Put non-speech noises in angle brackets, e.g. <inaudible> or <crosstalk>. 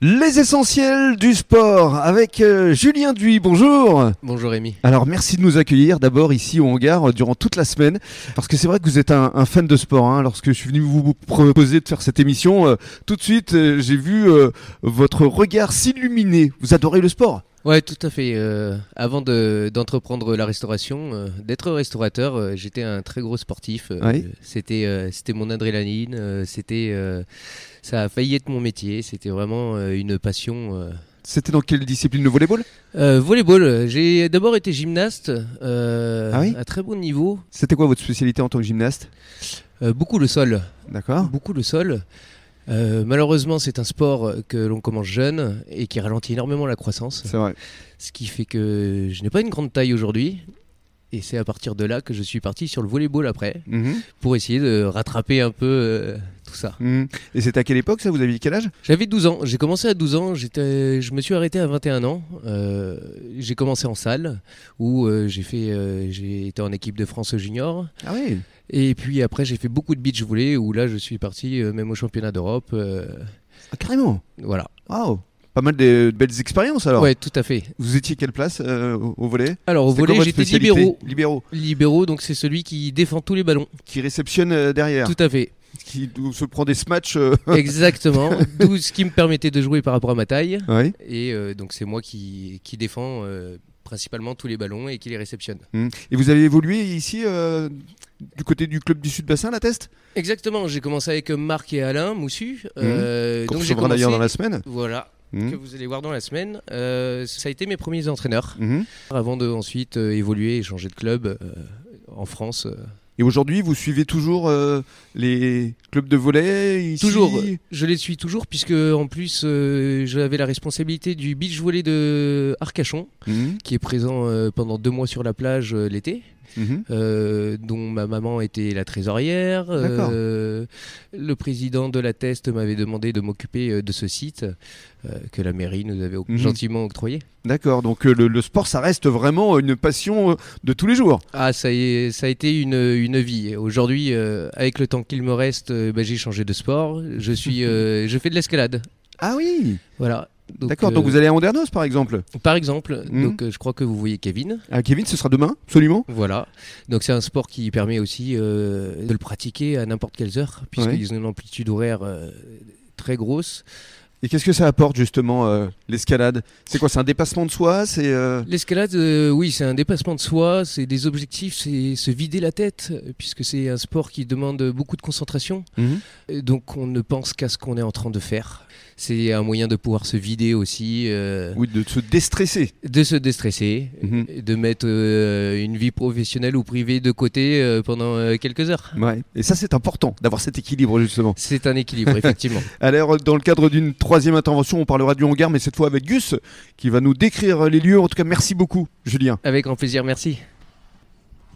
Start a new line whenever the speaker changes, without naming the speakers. Les essentiels du sport avec euh, Julien Duy, bonjour
Bonjour Rémi.
Alors merci de nous accueillir d'abord ici au hangar euh, durant toute la semaine parce que c'est vrai que vous êtes un, un fan de sport. hein. Lorsque je suis venu vous proposer de faire cette émission, euh, tout de suite euh, j'ai vu euh, votre regard s'illuminer. Vous adorez le sport
Ouais, tout à fait. euh, avant de- d'entreprendre la restauration, euh, d'être restaurateur, euh, j'étais un très gros sportif. euh,
Oui.
C'était euh, c'était mon adrénaline, euh, c'était euh, ça a failli être mon métier, c'était vraiment euh, une passion. euh.
C'était dans quelle discipline le volleyball
Euh, volleyball, euh, j'ai d'abord été gymnaste euh,
Ah oui
à très bon niveau,
C'était quoi votre spécialité en tant que gymnaste
Euh, beaucoup le sol.
D'accord
beaucoup le sol. Euh, malheureusement, c'est un sport que l'on commence jeune et qui ralentit énormément la croissance,
C'est vrai.
ce qui fait que je n'ai pas une grande taille aujourd'hui. Et c'est à partir de là que je suis parti sur le volleyball après,
Mhm.
pour essayer de rattraper un peu euh, tout ça.
Mhm. Et c'était à quelle époque ça Vous aviez quel âge
J'avais 12 ans, j'ai commencé à 12 ans, j'étais, je me suis arrêté à 21 ans. Euh, j'ai commencé en salle, où euh, j'ai, fait, euh, j'ai été en équipe de France junior.
Ah oui
Et puis après, j'ai fait beaucoup de beach volley, où là, je suis parti euh, même au championnat d'Europe. euh,
Ah, Carrément
voilà.
Waouh Pas mal de, de belles expériences alors
Ouais, tout à fait.
Vous étiez quelle place euh, au au volet
Alors au
C'était quoi
volet,
votre
j'étais
spécialité
libéraux.
Libéraux,
Libéraux, donc c'est celui qui défend tous les ballons.
qui réceptionne euh, derrière,
Tout à fait.
qui d'où se prend des smatchs. euh. <laughs>
Exactement. D'où ce qui me permettait de jouer par rapport à ma taille.
Ouais.
Et euh, donc c'est moi qui, qui défend euh, principalement tous les ballons et qui les réceptionne.
Mm. Et vous avez évolué ici, euh, du côté du club du Sud-Bassin, la Teste
Exactement. J'ai commencé avec euh, Marc et Alain Moussu.
Mhm.
Euh,
Qu'on
donc j'ai
recevra
commencé.
d'ailleurs dans la semaine.
Voilà.
Mm.
Que vous allez voir dans la semaine. Euh, ça a été mes premiers entraîneurs
Mhm.
avant de ensuite euh, évoluer et changer de club euh, en France. euh,
Et aujourd'hui, vous suivez toujours euh, les clubs de volet ici
Toujours, je les suis toujours puisque en plus euh, j'avais la responsabilité du beach volley de Arcachon
Mhm.
qui est présent euh, pendant deux mois sur la plage euh, l'été,
Mhm.
euh, dont ma maman était la trésorière. euh, le président de la Teste m'avait demandé de m'occuper euh, de ce site euh, que la mairie nous avait oc-
Mhm.
gentiment octroyé.
D'accord, donc euh, le, le sport, ça reste vraiment une passion euh, de tous les jours.
Ah ça, y est, ça a été une, une vie. Aujourd'hui, euh, avec le temps qu'il me reste, euh, bah, j'ai changé de sport. Je
<laughs>
suis, euh, je fais de l'escalade.
Ah oui
Voilà. Donc,
D'accord, donc
euh,
vous allez à Andernos, par exemple
Par exemple,
Mhm.
donc euh, je crois que vous voyez Kevin.
Ah, Kevin, ce sera demain, absolument
Voilà. Donc c'est un sport qui permet aussi euh, de le pratiquer à n'importe quelles heures, puisqu'ils ont une amplitude horaire euh, très grosse.
Et qu'est-ce que ça apporte justement euh, l'escalade C'est quoi C'est un dépassement de soi C'est euh,
L'escalade, euh, oui, c'est un dépassement de soi, c'est des objectifs, c'est se vider la tête, euh, puisque c'est un sport qui demande beaucoup de concentration. Euh, Donc on ne pense qu'à ce qu'on est en train de faire. C'est un moyen de pouvoir se vider aussi, euh,
oui, de se déstresser.
de se déstresser,
Mhm.
et de mettre euh, une vie professionnelle ou privée de côté euh, pendant euh, quelques heures.
Ouais. Et ça, c'est important d'avoir cet équilibre justement.
C'est un équilibre, effectivement.
Alors, dans le cadre d'une troisième intervention, on parlera du hangar, mais cette fois avec Gus, qui va nous décrire les lieux. En tout cas, merci beaucoup, Julien.
Avec grand plaisir, merci.